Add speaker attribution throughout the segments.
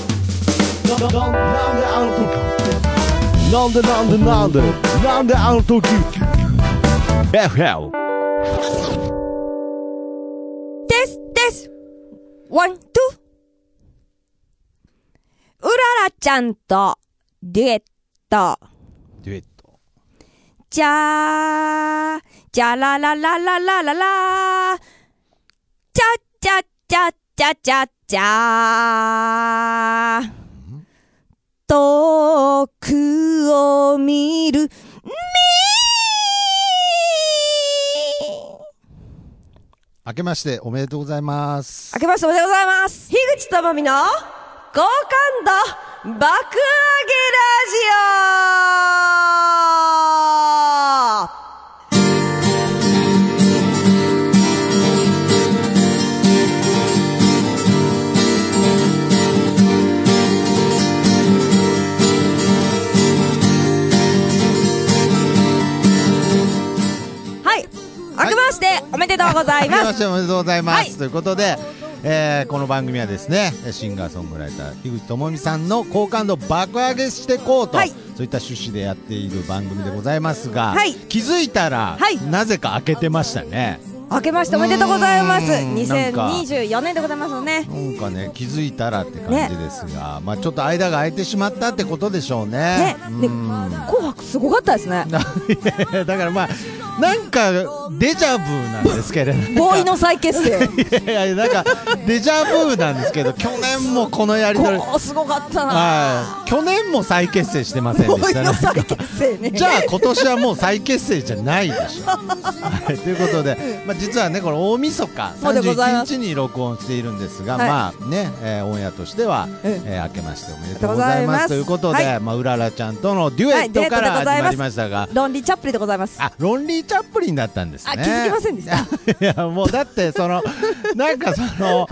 Speaker 1: なんであの時なんでなんでなんでなんであの時 FL
Speaker 2: です、です。ワン、ツー。うららちゃんと、デュエット。
Speaker 1: デュエット。
Speaker 2: じゃー、じゃらららららららじゃじゃじゃじゃじゃじゃー。遠くを見る、みー
Speaker 1: 明けましておめでとうございます。
Speaker 2: 明けましておめでとうございます。樋口智美の好感度爆上げラジオはい。明けましておめでとうございます。
Speaker 1: 明けましておめでとうございます。
Speaker 2: はい
Speaker 1: ということで、えー、この番組はですね、シンガーソングライター樋口智美さんの好感度爆上げしてこうと、
Speaker 2: はい
Speaker 1: そういった趣旨でやっている番組でございますが、
Speaker 2: はい
Speaker 1: 気づいたら、
Speaker 2: はい
Speaker 1: なぜか開けてましたね。
Speaker 2: 明けましておめでとうございます。
Speaker 1: うーんなんか
Speaker 2: 2024年でございますのね。
Speaker 1: なんかね気づいたらって感じですが、まあちょっと間が空いてしまったってことでしょうね
Speaker 2: ね。
Speaker 1: うん
Speaker 2: で、紅白すごかったですね。
Speaker 1: なだからまあなんかデジャブなんですけれど
Speaker 2: ボーイの再結成。
Speaker 1: い やいやなんかデジャブなんですけど去年もこのやり取り
Speaker 2: こうすごかったな。
Speaker 1: はい去年も再結成してませんで
Speaker 2: ボ
Speaker 1: し
Speaker 2: ー
Speaker 1: た
Speaker 2: イ
Speaker 1: ね
Speaker 2: の再結成ね。
Speaker 1: じゃあ今年はもう再結成じゃないでしょ、はい、ということで、まあ、実はねこれ大晦日
Speaker 2: そうでございま
Speaker 1: 31
Speaker 2: す
Speaker 1: 日に録音しているんですが
Speaker 2: はい
Speaker 1: まあね、えーオンエアとしては、
Speaker 2: うん
Speaker 1: えー明けましておめでとうございますと
Speaker 2: おめでと
Speaker 1: いうこ
Speaker 2: うご
Speaker 1: と
Speaker 2: ざいます
Speaker 1: で、まあ、うららちゃんとのデュ
Speaker 2: は
Speaker 1: エ
Speaker 2: い
Speaker 1: ット
Speaker 2: デュエット
Speaker 1: から
Speaker 2: でございます
Speaker 1: 始まりましたが、
Speaker 2: ロンリーチャップリンでございます。
Speaker 1: あ、ロンリーチャップリンだったんですね。
Speaker 2: あ気づきませんでした
Speaker 1: た。いや、もうだって、その、 なんかその、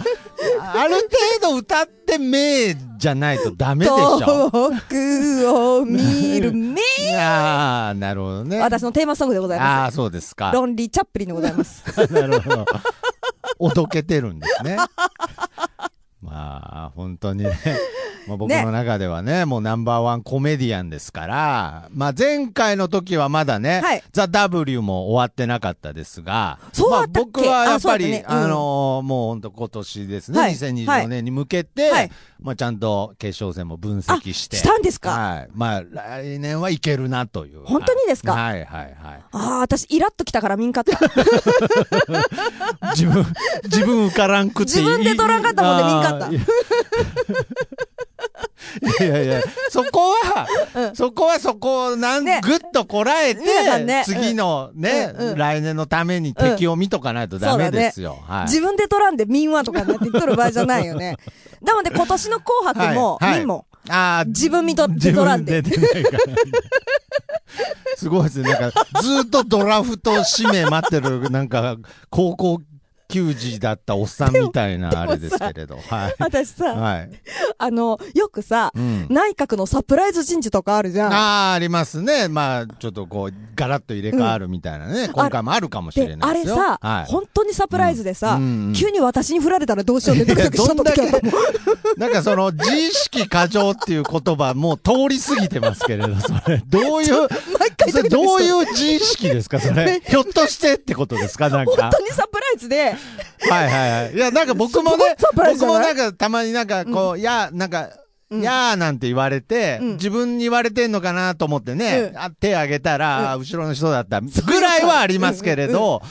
Speaker 1: ある程度歌って名じゃないとダメでしょ。
Speaker 2: 遠くを見る 目。
Speaker 1: ああ、なるほどね。
Speaker 2: 私のテーマソングでございま
Speaker 1: ああ、そうです
Speaker 2: す。
Speaker 1: か。
Speaker 2: ロンリーチャップリンでござい ます。
Speaker 1: なるほど。おどけてるんですね。 まあ、本当にね。まあ、僕
Speaker 2: ね
Speaker 1: の中ではね、もうナンバーワンコメディアンですから、まあ前回の時はまだね、
Speaker 2: はい
Speaker 1: ザ・ W も終わってなかったですが、
Speaker 2: そうだったっけ
Speaker 1: まあ僕はやっ
Speaker 2: あそうだ
Speaker 1: ぱり、あ,、
Speaker 2: ったねうん
Speaker 1: のーもう本当今年ですね、
Speaker 2: はい
Speaker 1: 2024年に向けて、
Speaker 2: はい
Speaker 1: まあちゃんと決勝戦も分析して。
Speaker 2: あしたんですか
Speaker 1: はい。まあ来年はいけるなという。
Speaker 2: 本当にですか
Speaker 1: はいはいはい。
Speaker 2: ああ、私イラッときたから見んかった。
Speaker 1: 自分、自分受からんくていい。
Speaker 2: 自分で取らんかったもんね見んかった
Speaker 1: あー。いやいやいや、そこは、そこはそこをなん、
Speaker 2: ね
Speaker 1: ぐっとこらえて、
Speaker 2: 皆さんね
Speaker 1: 次のね、
Speaker 2: うんうん
Speaker 1: 来年のために敵を見とかないとダメですよ。はい。
Speaker 2: 自分で取らんで民話とかになって言っとる場合じゃないよ ね。なので今年の紅白も、
Speaker 1: はいはい
Speaker 2: 民も、
Speaker 1: あー
Speaker 2: 自分見とって取らんで。
Speaker 1: 自分出てないからすごいですね。なんか、ずっとドラフト指名待ってる、なんか、高校球児だったおっさんみたいなあれですけれど。はい。
Speaker 2: 私さ、
Speaker 1: はい。
Speaker 2: あの、よくさ、
Speaker 1: うん
Speaker 2: 内閣のサプライズ人事とかあるじゃん。
Speaker 1: ああ、ありますね。まあ、ちょっとこう、ガラッと入れ替わるみたいなね。今回もあるかもしれ
Speaker 2: で、
Speaker 1: な
Speaker 2: あ
Speaker 1: いで
Speaker 2: れ
Speaker 1: すよ。
Speaker 2: さ、
Speaker 1: はい。
Speaker 2: 本当にサプライズでさ、
Speaker 1: うんうん
Speaker 2: 急に私に振られたらどうしようってドキドキしとった時あったもん
Speaker 1: なんかその、自意識過剰っていう言葉、もう通り過ぎてますけれど、そ れ、どういう、
Speaker 2: 毎回
Speaker 1: そ
Speaker 2: ド
Speaker 1: れ
Speaker 2: キドキ
Speaker 1: どう
Speaker 2: しとっ
Speaker 1: いう自意識ですか、そ れ。ひょっとしてってことですか、なん
Speaker 2: た
Speaker 1: か
Speaker 2: 本。当にサプライズで、
Speaker 1: はいはいはい。いや、なんか僕もね、
Speaker 2: すごいサプライズじ
Speaker 1: 僕
Speaker 2: ゃ
Speaker 1: も
Speaker 2: な
Speaker 1: ないんかたまになんかこう、いや、なんか、
Speaker 2: うん
Speaker 1: いやーなんて言われて、
Speaker 2: うん
Speaker 1: 自分に言われてんのかなと思ってね、
Speaker 2: うん
Speaker 1: あ手挙げたら、あ後ろの人だ ったぐらいはありますけれど、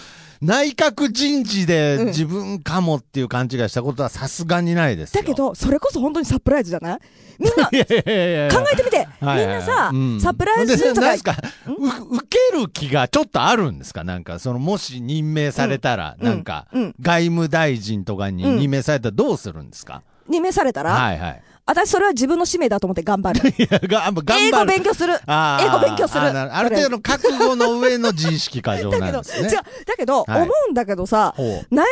Speaker 1: 内閣人事で
Speaker 2: うん
Speaker 1: 自分かもっていう勘違いしたことはさすがにないですよ。
Speaker 2: だけ、ど、それこそ本当にサプライズじゃないみんな、
Speaker 1: いやいやいやいや
Speaker 2: 考えてみて、
Speaker 1: はいはい
Speaker 2: みんなさ、
Speaker 1: うん
Speaker 2: サプライズ人事と
Speaker 1: でな
Speaker 2: か
Speaker 1: んすかう受ける気がちょっとあるんですかなんか、その、もし任命されたら、
Speaker 2: うん
Speaker 1: なんか、
Speaker 2: うん
Speaker 1: 外務大臣とかに
Speaker 2: うん
Speaker 1: 任命されたらどうするんですか、
Speaker 2: 任命されたら、
Speaker 1: はいはい。
Speaker 2: 私それは自分の使命だと思って頑張る。
Speaker 1: いや、が、あんま頑張る。
Speaker 2: 英語勉強する。英
Speaker 1: あー
Speaker 2: 語勉強する。
Speaker 1: あーなるある程度の覚悟の上の自意識過剰
Speaker 2: だ
Speaker 1: な
Speaker 2: け
Speaker 1: ん
Speaker 2: ど、
Speaker 1: ですね。
Speaker 2: 違うだけど、
Speaker 1: はい
Speaker 2: 思うんだけどさ、
Speaker 1: ほ
Speaker 2: 内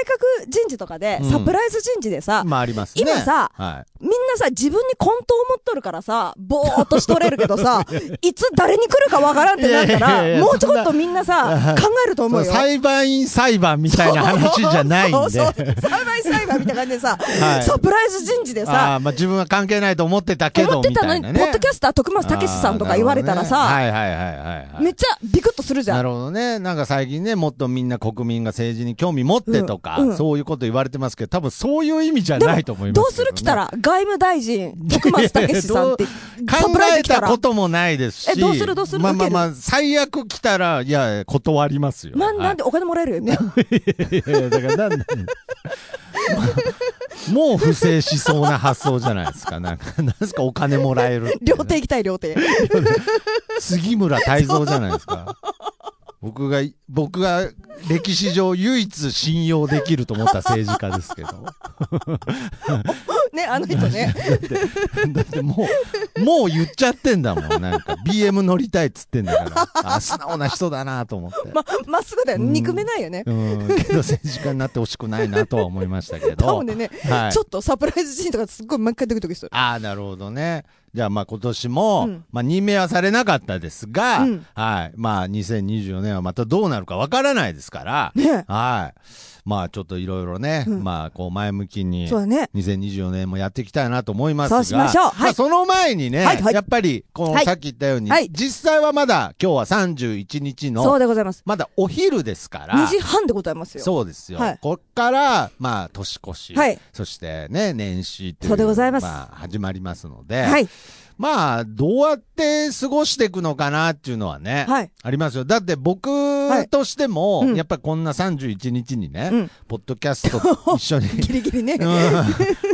Speaker 2: 閣人事とかで、
Speaker 1: うん
Speaker 2: サプライズ人事でさ、
Speaker 1: まあありますね。
Speaker 2: 今さ
Speaker 1: は
Speaker 2: みんなさ、自分に混沌を持っとるからさ、ぼーっとしとれるけどさ、いつ誰に来るかわからんってなった
Speaker 1: いやいやい
Speaker 2: ら、
Speaker 1: や
Speaker 2: もうちょっとみんなさ、考えると
Speaker 1: い。
Speaker 2: 思
Speaker 1: そうう
Speaker 2: よ。
Speaker 1: 裁判員裁判みたいな話じゃないんで。
Speaker 2: そうそうそう裁判員裁判みたいな感じでさ、
Speaker 1: はい
Speaker 2: サプライズ人事で
Speaker 1: あ
Speaker 2: さ、
Speaker 1: あーまあ自分は考関係ないと思ってたけ
Speaker 2: 思
Speaker 1: ど
Speaker 2: って
Speaker 1: み
Speaker 2: たの
Speaker 1: た
Speaker 2: に、
Speaker 1: いな
Speaker 2: ポ
Speaker 1: ね
Speaker 2: ッドキャスター徳松たけしさんとか言われたら
Speaker 1: あー
Speaker 2: さ、
Speaker 1: なるほどねはいはいはいはい、はい
Speaker 2: めっちゃビクッとするじゃ。
Speaker 1: なんるほどね。なんか最近ね、もっとみんな国民が政治に興味持ってとか、
Speaker 2: うんうん
Speaker 1: そういうこと言われてますけど、多分そういう意味じゃないと思いますけ
Speaker 2: ど
Speaker 1: ど
Speaker 2: う
Speaker 1: ね、
Speaker 2: する来たら、外務大臣、徳松たけしさん って、サ
Speaker 1: 考
Speaker 2: プライズ
Speaker 1: え
Speaker 2: 来た
Speaker 1: た
Speaker 2: ら
Speaker 1: こ、ともないですし。
Speaker 2: えどうするどうする
Speaker 1: まあまあま
Speaker 2: 受
Speaker 1: あ、最悪来たら、いや、断りますよ。
Speaker 2: ま、なん
Speaker 1: で
Speaker 2: でお金もらえるよ、みたいな。
Speaker 1: だからなんでもう不正しそうな発想じゃないですか。なんか、なんですか、お金もらえるって
Speaker 2: 料亭行きたい、料亭。
Speaker 1: 杉村太蔵じゃないですか。僕が、僕が歴史上唯一信用できると思った政治家ですけど。
Speaker 2: ね、あの人ね。
Speaker 1: だってもう、もう言っちゃってんだもん。なんか、BM 乗りたいっつってんだから。あ、素直な人だなと思って。
Speaker 2: ま、まっすぐだよ。
Speaker 1: うん
Speaker 2: 憎めないよね。
Speaker 1: うん、けど政治家になってほしくないなとは思いましたけ
Speaker 2: 多
Speaker 1: ど。
Speaker 2: 分ね、
Speaker 1: はい
Speaker 2: ちょっとサプライズシーンとかすっごい毎回ドキドキする。
Speaker 1: ああ、なるほどね。じゃあまあ今年も、
Speaker 2: うん
Speaker 1: まあ任命はされなかったですが、
Speaker 2: うん
Speaker 1: はい。まあ2024年はまたどうなるかわからないですから、
Speaker 2: ね
Speaker 1: はい。まあちょっといろいろね、
Speaker 2: うん
Speaker 1: まあこう前向きに
Speaker 2: そう、だね。
Speaker 1: 2024年もやっていきたいなと思いますが。
Speaker 2: そうしましょうはい
Speaker 1: まあその前にね、
Speaker 2: はいはい
Speaker 1: やっぱり、この
Speaker 2: はい
Speaker 1: さっき言ったように、
Speaker 2: はい
Speaker 1: 実際はまだ今日は31日
Speaker 2: そう
Speaker 1: の、
Speaker 2: でございます。
Speaker 1: まだお昼ですから、
Speaker 2: 2時半でございますよ。
Speaker 1: そうですよ。
Speaker 2: はい
Speaker 1: こっから、まあ、年越し、
Speaker 2: はい
Speaker 1: そしてね、年始っていう
Speaker 2: そうでございます
Speaker 1: あ、始まりますので、
Speaker 2: はい。
Speaker 1: まあ、どうやって過ごしていくのかなっていうのはね、
Speaker 2: はい。
Speaker 1: ありますよ。だって僕としても、
Speaker 2: はいうん
Speaker 1: やっぱりこんな31日にね、
Speaker 2: うん
Speaker 1: ポッドキャスト一 緒に。
Speaker 2: ギリギリね。
Speaker 1: うん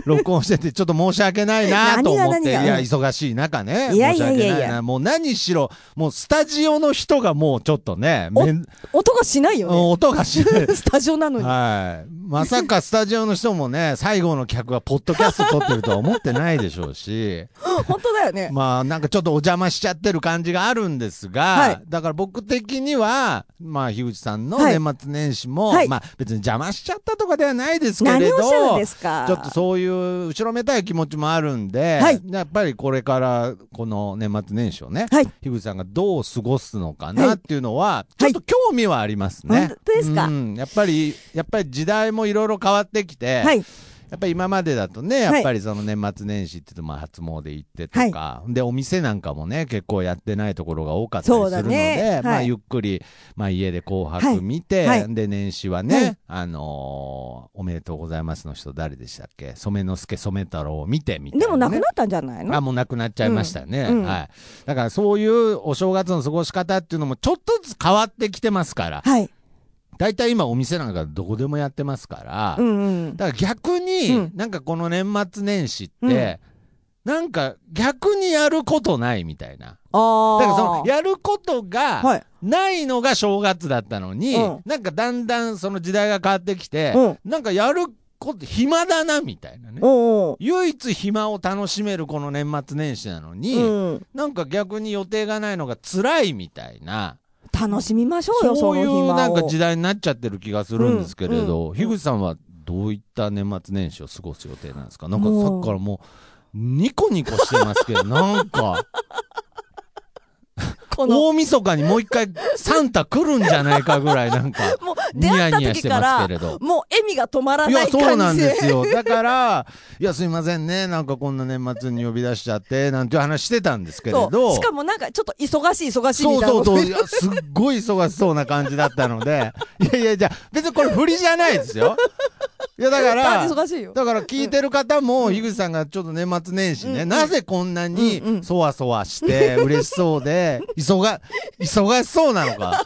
Speaker 1: 録音してて、ちょっと申し訳ないなと思って、い
Speaker 2: 何が何が
Speaker 1: や、
Speaker 2: うん
Speaker 1: 忙しい中ね、
Speaker 2: いやいや
Speaker 1: 申
Speaker 2: い
Speaker 1: し
Speaker 2: やい
Speaker 1: 訳
Speaker 2: や
Speaker 1: ないな。もう何しろ、もうスタジオの人がもうちょっとね、
Speaker 2: お
Speaker 1: めん
Speaker 2: 音がしないよね。
Speaker 1: 音がしない。
Speaker 2: スタジオなのに。
Speaker 1: はい。まさかスタジオの人 もね、最後の客がポッドキャスト撮ってるとは思ってないでしょ うし、
Speaker 2: 本当だよね。
Speaker 1: まあなんかちょっとお邪魔しちゃってる感じがあるんですが、
Speaker 2: はい
Speaker 1: だから僕的には、まあ、樋口さんの
Speaker 2: はい
Speaker 1: 年末年始も、
Speaker 2: はい
Speaker 1: まあ別に邪魔しちゃったとかではないですけれ
Speaker 2: 何
Speaker 1: ど、
Speaker 2: をおっしゃるんですか
Speaker 1: ちょっとそういう後ろめたい気持ちもあるんで、
Speaker 2: はい
Speaker 1: やっぱりこれからこの年末年始をね、
Speaker 2: はい
Speaker 1: 樋口さんがどう過ごすのかなっていうのは、
Speaker 2: は
Speaker 1: ちょ
Speaker 2: い
Speaker 1: っと興味はありますね。
Speaker 2: 本当ですか
Speaker 1: うん、やっぱり、やっぱり時代もいろいろ変わってきて、
Speaker 2: はい。
Speaker 1: やっぱり今までだとね、
Speaker 2: はい
Speaker 1: やっぱりその年末年始って言うと、まあ初詣行ってとか、で、お店なんかもね、結構やってないところが多かったり
Speaker 2: そう
Speaker 1: す
Speaker 2: だ
Speaker 1: るので、
Speaker 2: ねはい
Speaker 1: まあゆっくり、まあ家で紅
Speaker 2: はい
Speaker 1: 白見て、
Speaker 2: はい
Speaker 1: で、年始はね、
Speaker 2: はい
Speaker 1: あのーおめでとうございますの人誰でしたっけ染之助染太郎を見てみたいな、
Speaker 2: でもなくな
Speaker 1: っ
Speaker 2: ったんじゃないの
Speaker 1: あ、もうなくなっちゃいましたね。
Speaker 2: うんうん
Speaker 1: はい。だからそういうお正月の過ごし方っていうのもちょっとずつ変わってきてますから、
Speaker 2: はい。
Speaker 1: 大体今お店なんかどこでもやってますから、
Speaker 2: うんうん。
Speaker 1: だから逆に、
Speaker 2: うん
Speaker 1: なんかこの年末年始って、なんか逆にやることないみたいな。
Speaker 2: あ
Speaker 1: だ
Speaker 2: あ。
Speaker 1: からその、やること
Speaker 2: は
Speaker 1: が
Speaker 2: い。
Speaker 1: ないのが正月だったのに、
Speaker 2: うん
Speaker 1: なんかだんだんその時代が変わってきて、
Speaker 2: うん
Speaker 1: なんかやること暇だなみたいなね。
Speaker 2: おう
Speaker 1: 唯一暇を楽しめるこの年末年始なのに、
Speaker 2: おう。うん。
Speaker 1: なんか逆に予定がないのが辛いみたいな。
Speaker 2: 楽しみましょうよ、そ
Speaker 1: そう
Speaker 2: の
Speaker 1: い
Speaker 2: 暇を。
Speaker 1: うなんか時代になっちゃってる気がするんですけれ
Speaker 2: うん
Speaker 1: ど、
Speaker 2: うん
Speaker 1: 樋口さんはどういった年末年始を過ごす予定なんですかなんかさっきからもう、ニコニコしてますけど、なんか、
Speaker 2: この、
Speaker 1: 大晦日にもう一回サンタ来るんじゃないかぐらいな んか、
Speaker 2: もう
Speaker 1: ニ
Speaker 2: 出
Speaker 1: ヤ
Speaker 2: 会った
Speaker 1: ニヤして
Speaker 2: 時か
Speaker 1: ます
Speaker 2: ら
Speaker 1: けれど、。
Speaker 2: もう笑みが止まら
Speaker 1: い
Speaker 2: な
Speaker 1: や、
Speaker 2: い
Speaker 1: そうな
Speaker 2: 感
Speaker 1: ん
Speaker 2: じ
Speaker 1: で
Speaker 2: です
Speaker 1: よ。だから、いや、すいませんね。なんかこんな年末に呼び出しちゃって、なんていう話してたんですけれ
Speaker 2: そう
Speaker 1: ど。
Speaker 2: しかもなんかちょっと忙しい忙しい
Speaker 1: そ
Speaker 2: み
Speaker 1: う
Speaker 2: たいな
Speaker 1: そ
Speaker 2: こと
Speaker 1: うそう、いやすっごい忙しそうな感じだった ので、いやいや、じゃあ別にこれ振りじゃないですよ。いや、だ
Speaker 2: だ
Speaker 1: から、
Speaker 2: って忙しいよ
Speaker 1: だから聞いてる方も、樋口さんがちょっと年末年始ね、
Speaker 2: うん
Speaker 1: なぜこんな
Speaker 2: うんう
Speaker 1: に
Speaker 2: ん
Speaker 1: そわそわして、嬉しそうで、忙、忙しそうなのか。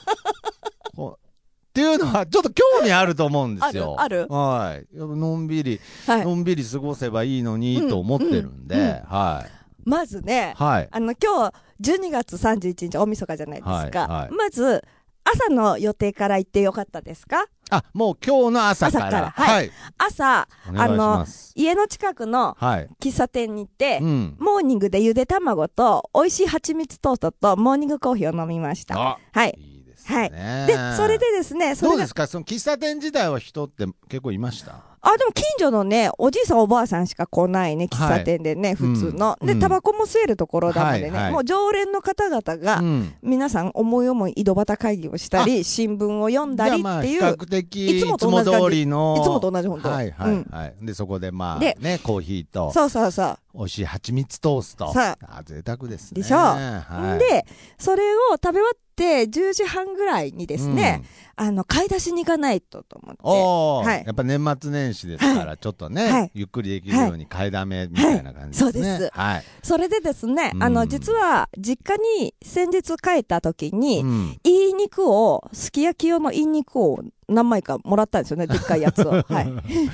Speaker 1: こうっていうのは、ちょっと興味あると思うんですよ。
Speaker 2: あるある
Speaker 1: はい。のんびり、
Speaker 2: はい
Speaker 1: のんびり過ごせばいいのに、と思ってるんで、
Speaker 2: うんうんうん
Speaker 1: はい。
Speaker 2: まずね
Speaker 1: はい。
Speaker 2: あの今日12月31日大晦日じゃないですか、
Speaker 1: はいはい
Speaker 2: まず朝の予定から行ってよかったですか
Speaker 1: あ、もう今日の朝から。
Speaker 2: 朝からはい
Speaker 1: はい
Speaker 2: 朝
Speaker 1: お願いします。
Speaker 2: 家の近くの
Speaker 1: はい。
Speaker 2: 喫茶店に行って、
Speaker 1: うん。
Speaker 2: モーニングでゆで卵と美味しい蜂蜜トーストとモーニングコーヒーを飲みました
Speaker 1: あ、
Speaker 2: はい
Speaker 1: いいです
Speaker 2: はい
Speaker 1: ね。
Speaker 2: でそれでですねそ
Speaker 1: ど
Speaker 2: れ
Speaker 1: う
Speaker 2: が
Speaker 1: ですかその喫茶店自体は人って結構いました
Speaker 2: あでも近所のねおじいさんおばあさんしか来ないね喫茶店でね、普通の、
Speaker 1: うんう
Speaker 2: で
Speaker 1: ん
Speaker 2: タバコも吸えるところなのでね、
Speaker 1: はいはい
Speaker 2: もう常連の方々が、
Speaker 1: ん。
Speaker 2: 皆さん思い思い井戸端会議をしたり新聞を読んだり
Speaker 1: じゃあま
Speaker 2: っ
Speaker 1: あ
Speaker 2: てい
Speaker 1: 比
Speaker 2: う、い
Speaker 1: 較的、
Speaker 2: い
Speaker 1: い
Speaker 2: つ
Speaker 1: つ
Speaker 2: も
Speaker 1: も
Speaker 2: と同じ感じ
Speaker 1: 通りの。
Speaker 2: つもと同じ本当、
Speaker 1: はいは
Speaker 2: う
Speaker 1: い
Speaker 2: ん
Speaker 1: はい。で、そこでまあ、
Speaker 2: で
Speaker 1: ね、コーヒーと。
Speaker 2: そうそうそう
Speaker 1: 美味しい蜂蜜トースト。
Speaker 2: さ
Speaker 1: あ、贅沢ですね。
Speaker 2: でしょ
Speaker 1: はい、
Speaker 2: で、それを食べ終わって10時半ぐらいにですね、あの、買い出しに行かないとと思って。
Speaker 1: うん。おお、
Speaker 2: はい
Speaker 1: やっぱ年末年始ですから、ちょっとね、
Speaker 2: はい
Speaker 1: ゆっくりできるように買いだめみたいな感じですね。
Speaker 2: はいそうです
Speaker 1: はい。
Speaker 2: それでですね、
Speaker 1: うん
Speaker 2: あの、実は、実家に先日帰った時に、
Speaker 1: うん
Speaker 2: いい肉を、すき焼き用のいい肉を何枚かもらったんです よね、でっかいやつを。はい。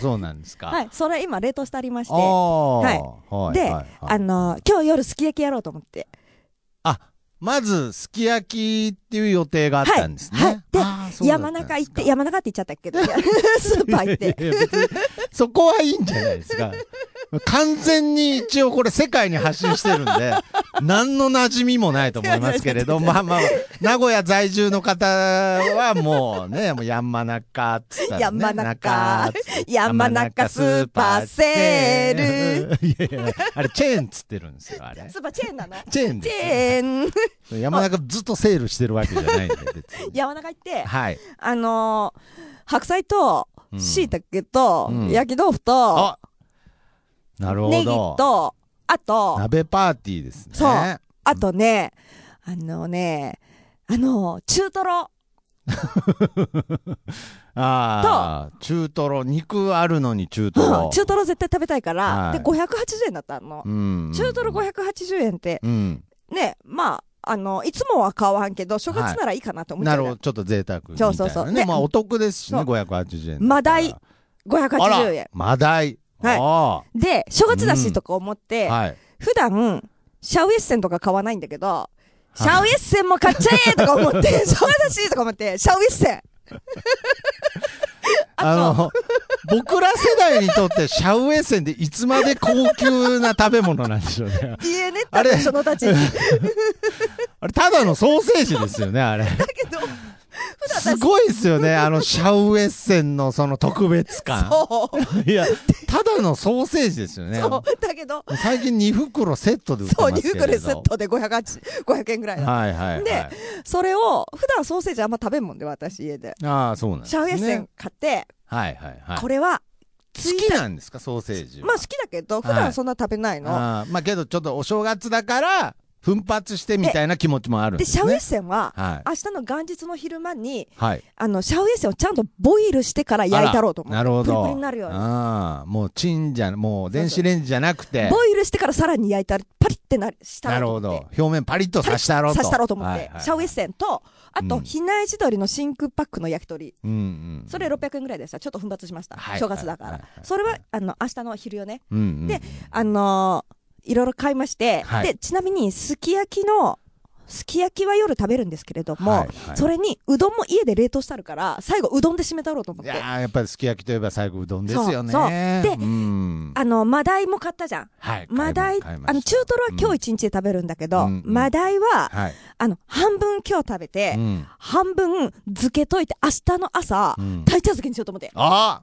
Speaker 1: そうなんですか。
Speaker 2: はい。それ今冷凍してありまして。
Speaker 1: おー
Speaker 2: は
Speaker 1: はい。
Speaker 2: で、
Speaker 1: はい
Speaker 2: あの、今日夜すき焼きやろうと思って。
Speaker 1: あ、まず、すき焼きっていう予定があったんですね。
Speaker 2: はいはいで
Speaker 1: あーそうだった
Speaker 2: 山
Speaker 1: んですか
Speaker 2: 中行って、山中って言っちゃったけ ど、いやスーパー行って。
Speaker 1: いやいや別にそこはいいんじゃないですか。完全に一応これ世界に発信してるん で、何の馴染みもないと思いますけれど、まあまあ、名古屋在住の方はもうね、もう山中っつったら、ね、
Speaker 2: 山中
Speaker 1: っつって
Speaker 2: 山中スーパーセー
Speaker 1: ル。いやいや、あれチェーンっつってるんですよ、あれ。
Speaker 2: スーパーチェーンなの
Speaker 1: チェーン
Speaker 2: チ
Speaker 1: です
Speaker 2: ェーン。
Speaker 1: 山中ずっとセールしてるわけじゃないんで、別に。
Speaker 2: 山中行って、
Speaker 1: はい。
Speaker 2: あのー白菜と、
Speaker 1: うん
Speaker 2: 椎茸と、
Speaker 1: うん
Speaker 2: 焼き豆腐と、
Speaker 1: あなるほど。
Speaker 2: ネギと、あと、
Speaker 1: 鍋パーティーですね。
Speaker 2: そうあとね、あのね、あの、中トロ。
Speaker 1: ああ、中トロ、肉あるのに中ト
Speaker 2: う
Speaker 1: ロ
Speaker 2: ん。 中トロ絶対食べたいから、
Speaker 1: はい
Speaker 2: で、580円だったの。
Speaker 1: うん
Speaker 2: 中トロ580円って、
Speaker 1: うん。
Speaker 2: ね、まあ、あの、いつもは買わんけど、正月ならいいかなと思っちゃう
Speaker 1: なる
Speaker 2: じゃ
Speaker 1: ほ
Speaker 2: ん。
Speaker 1: ど、ちょっと贅沢みたい
Speaker 2: そ
Speaker 1: なね。
Speaker 2: うそうそう
Speaker 1: ね、
Speaker 2: で
Speaker 1: まあお得ですしね、
Speaker 2: そう
Speaker 1: 580円。
Speaker 2: マダイ。
Speaker 1: あ
Speaker 2: 580
Speaker 1: ら
Speaker 2: 円。、
Speaker 1: マダイ。
Speaker 2: はい
Speaker 1: あ
Speaker 2: で、正月だしとか思って、
Speaker 1: あはい。
Speaker 2: 普段、シャウエッセンとか買わないんだけど、シャウエッセンも買っちゃえとか思って、 正月だしとか思って、シャウエッセン。
Speaker 1: あの、僕ら世代にとってシャウエッセンっていつまで高級な食べ物なんでしょうね。
Speaker 2: 言えねえって
Speaker 1: あれ
Speaker 2: 私の たちに。
Speaker 1: あれ、ただのソーセージですよね、あれ。
Speaker 2: だけど、
Speaker 1: すごいですよね、あのシャウエッセンのその特別感。
Speaker 2: そう。
Speaker 1: いや、ただのソーセージですよね。
Speaker 2: そう。だけど、
Speaker 1: 最近2袋セットで売って
Speaker 2: そう、
Speaker 1: ます
Speaker 2: リ
Speaker 1: け
Speaker 2: ュ
Speaker 1: れ
Speaker 2: ー
Speaker 1: ど
Speaker 2: クレセットで580 500円ぐらいだ。
Speaker 1: はいはい、はい。
Speaker 2: でそれを、普段ソーセージあんま食べんもんで、私家で。
Speaker 1: ああ、そうなんです、
Speaker 2: シ
Speaker 1: ね。
Speaker 2: ャウエッセン。買って、
Speaker 1: はいはいはい。
Speaker 2: こ
Speaker 1: 好
Speaker 2: れは、
Speaker 1: きなんですか、ソーセージは。
Speaker 2: まあ好きだけど、普段そんな食べないの。
Speaker 1: ああまあけど、ちょっとお正月だから、奮発してみたいな気持ちもあるん
Speaker 2: で、
Speaker 1: です、
Speaker 2: シ
Speaker 1: ね。
Speaker 2: ャウエッセンは、
Speaker 1: はい。
Speaker 2: 明日の元日の昼間に、
Speaker 1: はい。
Speaker 2: あの、シャウエッセンをちゃんとボイルしてから焼いたろうと思う。
Speaker 1: なるほど。
Speaker 2: プリプリになるように。
Speaker 1: ああ、もうチンじゃ、もう電子レンジじゃなくて。
Speaker 2: ボイルしてからさらに焼いたら、パリってなる、した
Speaker 1: なる
Speaker 2: ろう
Speaker 1: ほ
Speaker 2: と思って
Speaker 1: ど。。表面パリッとさしたろうと。
Speaker 2: 刺したろうと思っ
Speaker 1: はい
Speaker 2: て
Speaker 1: は。い
Speaker 2: シャウエッセンと、あ
Speaker 1: う
Speaker 2: と、
Speaker 1: ん
Speaker 2: 比内地鶏の真空パックの焼き鳥。
Speaker 1: うんうん。
Speaker 2: それ600円ぐらいでした。ちょっと奮発しました。
Speaker 1: はい
Speaker 2: 正月だから。
Speaker 1: はいはいはい
Speaker 2: それは、あの、明日の昼よね。
Speaker 1: うんうん、
Speaker 2: であのーいろいろ買いまして、
Speaker 1: はい
Speaker 2: で、ちなみに、すき焼きの、すき焼きは夜食べるんですけれども、
Speaker 1: はいはい
Speaker 2: それに、うどんも家で冷凍してあるから、最後、うどんで締めたろうと思っ
Speaker 1: い
Speaker 2: て。
Speaker 1: やーやっぱりすき焼きといえば最後うどんですよね。
Speaker 2: そうそうで
Speaker 1: うん
Speaker 2: あの、マダイも買ったじゃん。
Speaker 1: はい。
Speaker 2: マダイ、
Speaker 1: 買いま
Speaker 2: あの、
Speaker 1: した
Speaker 2: 中トロは今日一日で食べるんだけど、
Speaker 1: うん
Speaker 2: マダイは、
Speaker 1: はい。
Speaker 2: あの、半分今日食べて、
Speaker 1: うん
Speaker 2: 半分漬けといて、明日の朝、
Speaker 1: うん
Speaker 2: 鯛茶漬けにしようと思って。
Speaker 1: あ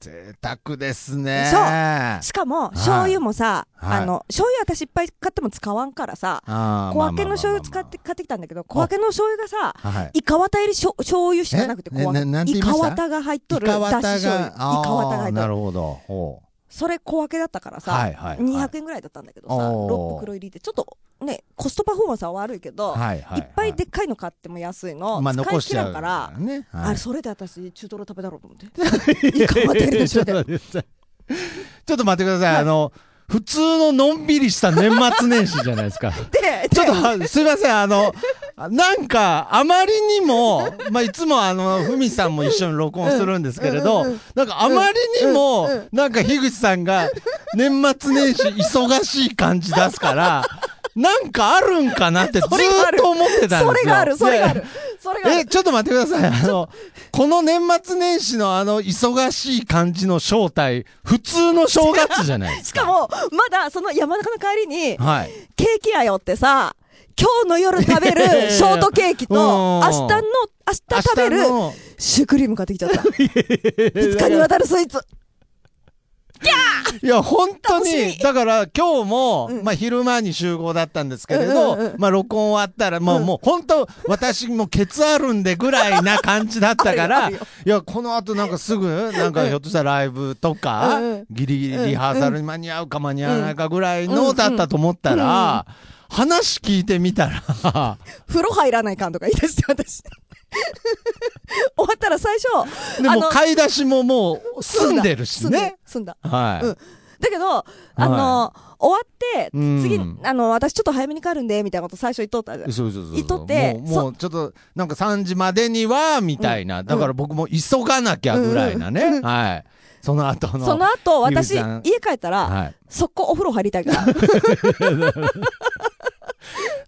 Speaker 1: 贅沢ですね。
Speaker 2: そう
Speaker 1: あ
Speaker 2: しかも、
Speaker 1: い
Speaker 2: 醤油もさ、
Speaker 1: はい
Speaker 2: あの、醤油私いっぱい買っても使わんからさ、
Speaker 1: あ
Speaker 2: 小分けの醤油使って、。買ってきたんだけど、小分けの醤油がさ、
Speaker 1: まあまあまあまあはい。
Speaker 2: イカワタ入りしょ醤油しかなくて、
Speaker 1: え
Speaker 2: 小分
Speaker 1: ねなんて
Speaker 2: け。
Speaker 1: 言
Speaker 2: イ
Speaker 1: いま
Speaker 2: カ
Speaker 1: した
Speaker 2: ワタが入っとる。
Speaker 1: イ
Speaker 2: だ
Speaker 1: カ
Speaker 2: し
Speaker 1: ワタ
Speaker 2: 醤油。イ
Speaker 1: が、あー
Speaker 2: カワタが入っ
Speaker 1: な
Speaker 2: とる。
Speaker 1: るほど。ほう
Speaker 2: それ小分けだったからさ、
Speaker 1: はいはいはい
Speaker 2: 200円ぐらいだったんだけどさ、
Speaker 1: お
Speaker 2: 6
Speaker 1: ー
Speaker 2: 袋入りって、ちょっとね、コストパフォーマンスは悪いけど、
Speaker 1: はいはいい。
Speaker 2: っぱいでっかいの買っても安いの、
Speaker 1: まあ
Speaker 2: 使
Speaker 1: 残
Speaker 2: い
Speaker 1: し
Speaker 2: 切
Speaker 1: ち
Speaker 2: ら
Speaker 1: ゃ
Speaker 2: ん
Speaker 1: う
Speaker 2: から、
Speaker 1: ね。
Speaker 2: あ
Speaker 1: はい
Speaker 2: れ、それで私、中トロ食べたろうと 思って。イカワタ入りの
Speaker 1: ちょ
Speaker 2: 中
Speaker 1: っ
Speaker 2: ト
Speaker 1: と
Speaker 2: ロ。
Speaker 1: 待ってください。 ちょっと待ってください。あの、普通ののんびりした年末年始じゃないですか。
Speaker 2: で、
Speaker 1: ちょっとは、すいません、あの、なんか、あまりにも、まあ、いつもあの、ふみさんも一緒に録音するんですけれど、なんかあまりにも、なんか樋口さんが、年末年始忙しい感じ出すから、なんかあるんかなってずーっ
Speaker 2: それがある
Speaker 1: と思ってたんですよ。
Speaker 2: それがある、それがある
Speaker 1: で。
Speaker 2: それがあ
Speaker 1: え、
Speaker 2: る。
Speaker 1: ちょっと待ってください。あの、この年末年始のあの、忙しい感じの正体、普通の正月じゃないです
Speaker 2: し
Speaker 1: か。
Speaker 2: かも、まだその山中の帰りに、
Speaker 1: はい。
Speaker 2: ケーキ屋よってさ、今日の夜食べるショートケーキと、
Speaker 1: うん
Speaker 2: 明日の、明日食べる
Speaker 1: 明日の
Speaker 2: シュークリーム買ってきちゃった。2日にわたるスイーツ。
Speaker 1: いや、本当
Speaker 2: 楽
Speaker 1: に
Speaker 2: し、
Speaker 1: だから今日も、
Speaker 2: うん
Speaker 1: まあ昼間に集合だったんですけれ
Speaker 2: うんうんう
Speaker 1: ど
Speaker 2: ん、
Speaker 1: まあ録音終わったら、もう、もう本当、私もケツあるんでぐらいな感じだったか
Speaker 2: あ
Speaker 1: ら、
Speaker 2: る
Speaker 1: い
Speaker 2: よ
Speaker 1: や、この後なんかすぐ、なんかひょっとしたらライブとか
Speaker 2: うんうん、
Speaker 1: ギリギリリハーサルに間に合うか間に合わないかぐらい
Speaker 2: うんう
Speaker 1: の
Speaker 2: ん
Speaker 1: だったと思ったら、話聞いてみた ら、
Speaker 2: 風呂入らないかんとか言い出して、私。 終わったら最初、
Speaker 1: で
Speaker 2: あ
Speaker 1: も
Speaker 2: の
Speaker 1: 買い出しももう済んでるし
Speaker 2: 済んだ
Speaker 1: ね。。
Speaker 2: 済んだ。
Speaker 1: はい。
Speaker 2: うんだけど、あの、終わって、
Speaker 1: うん
Speaker 2: 次、あの、私ちょっと早めに帰るんで、みたいなこと最初言っとったじゃん。
Speaker 1: そうそうそうそう
Speaker 2: いとって
Speaker 1: もうもうちょっとなんか3時までにはみたいな、だから僕も急がなきゃぐらいなね、はいその後の
Speaker 2: その後、
Speaker 1: ゆう
Speaker 2: 私、
Speaker 1: ちゃん
Speaker 2: 家帰ったら、
Speaker 1: はい
Speaker 2: 速攻お風呂入りたいから。